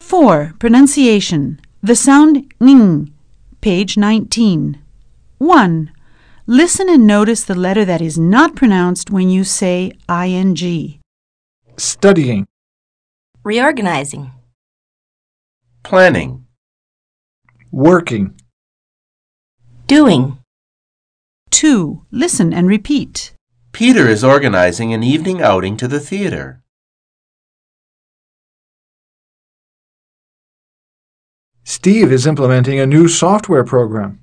4. Pronunciation. The sound ng, page 19. 1. Listen and notice the letter that is not pronounced when you say ing. studying, reorganizing, planning, working, doing, 2. Listen and repeat. Peter is organizing an evening outing to the theater. Steve is implementing a new software program.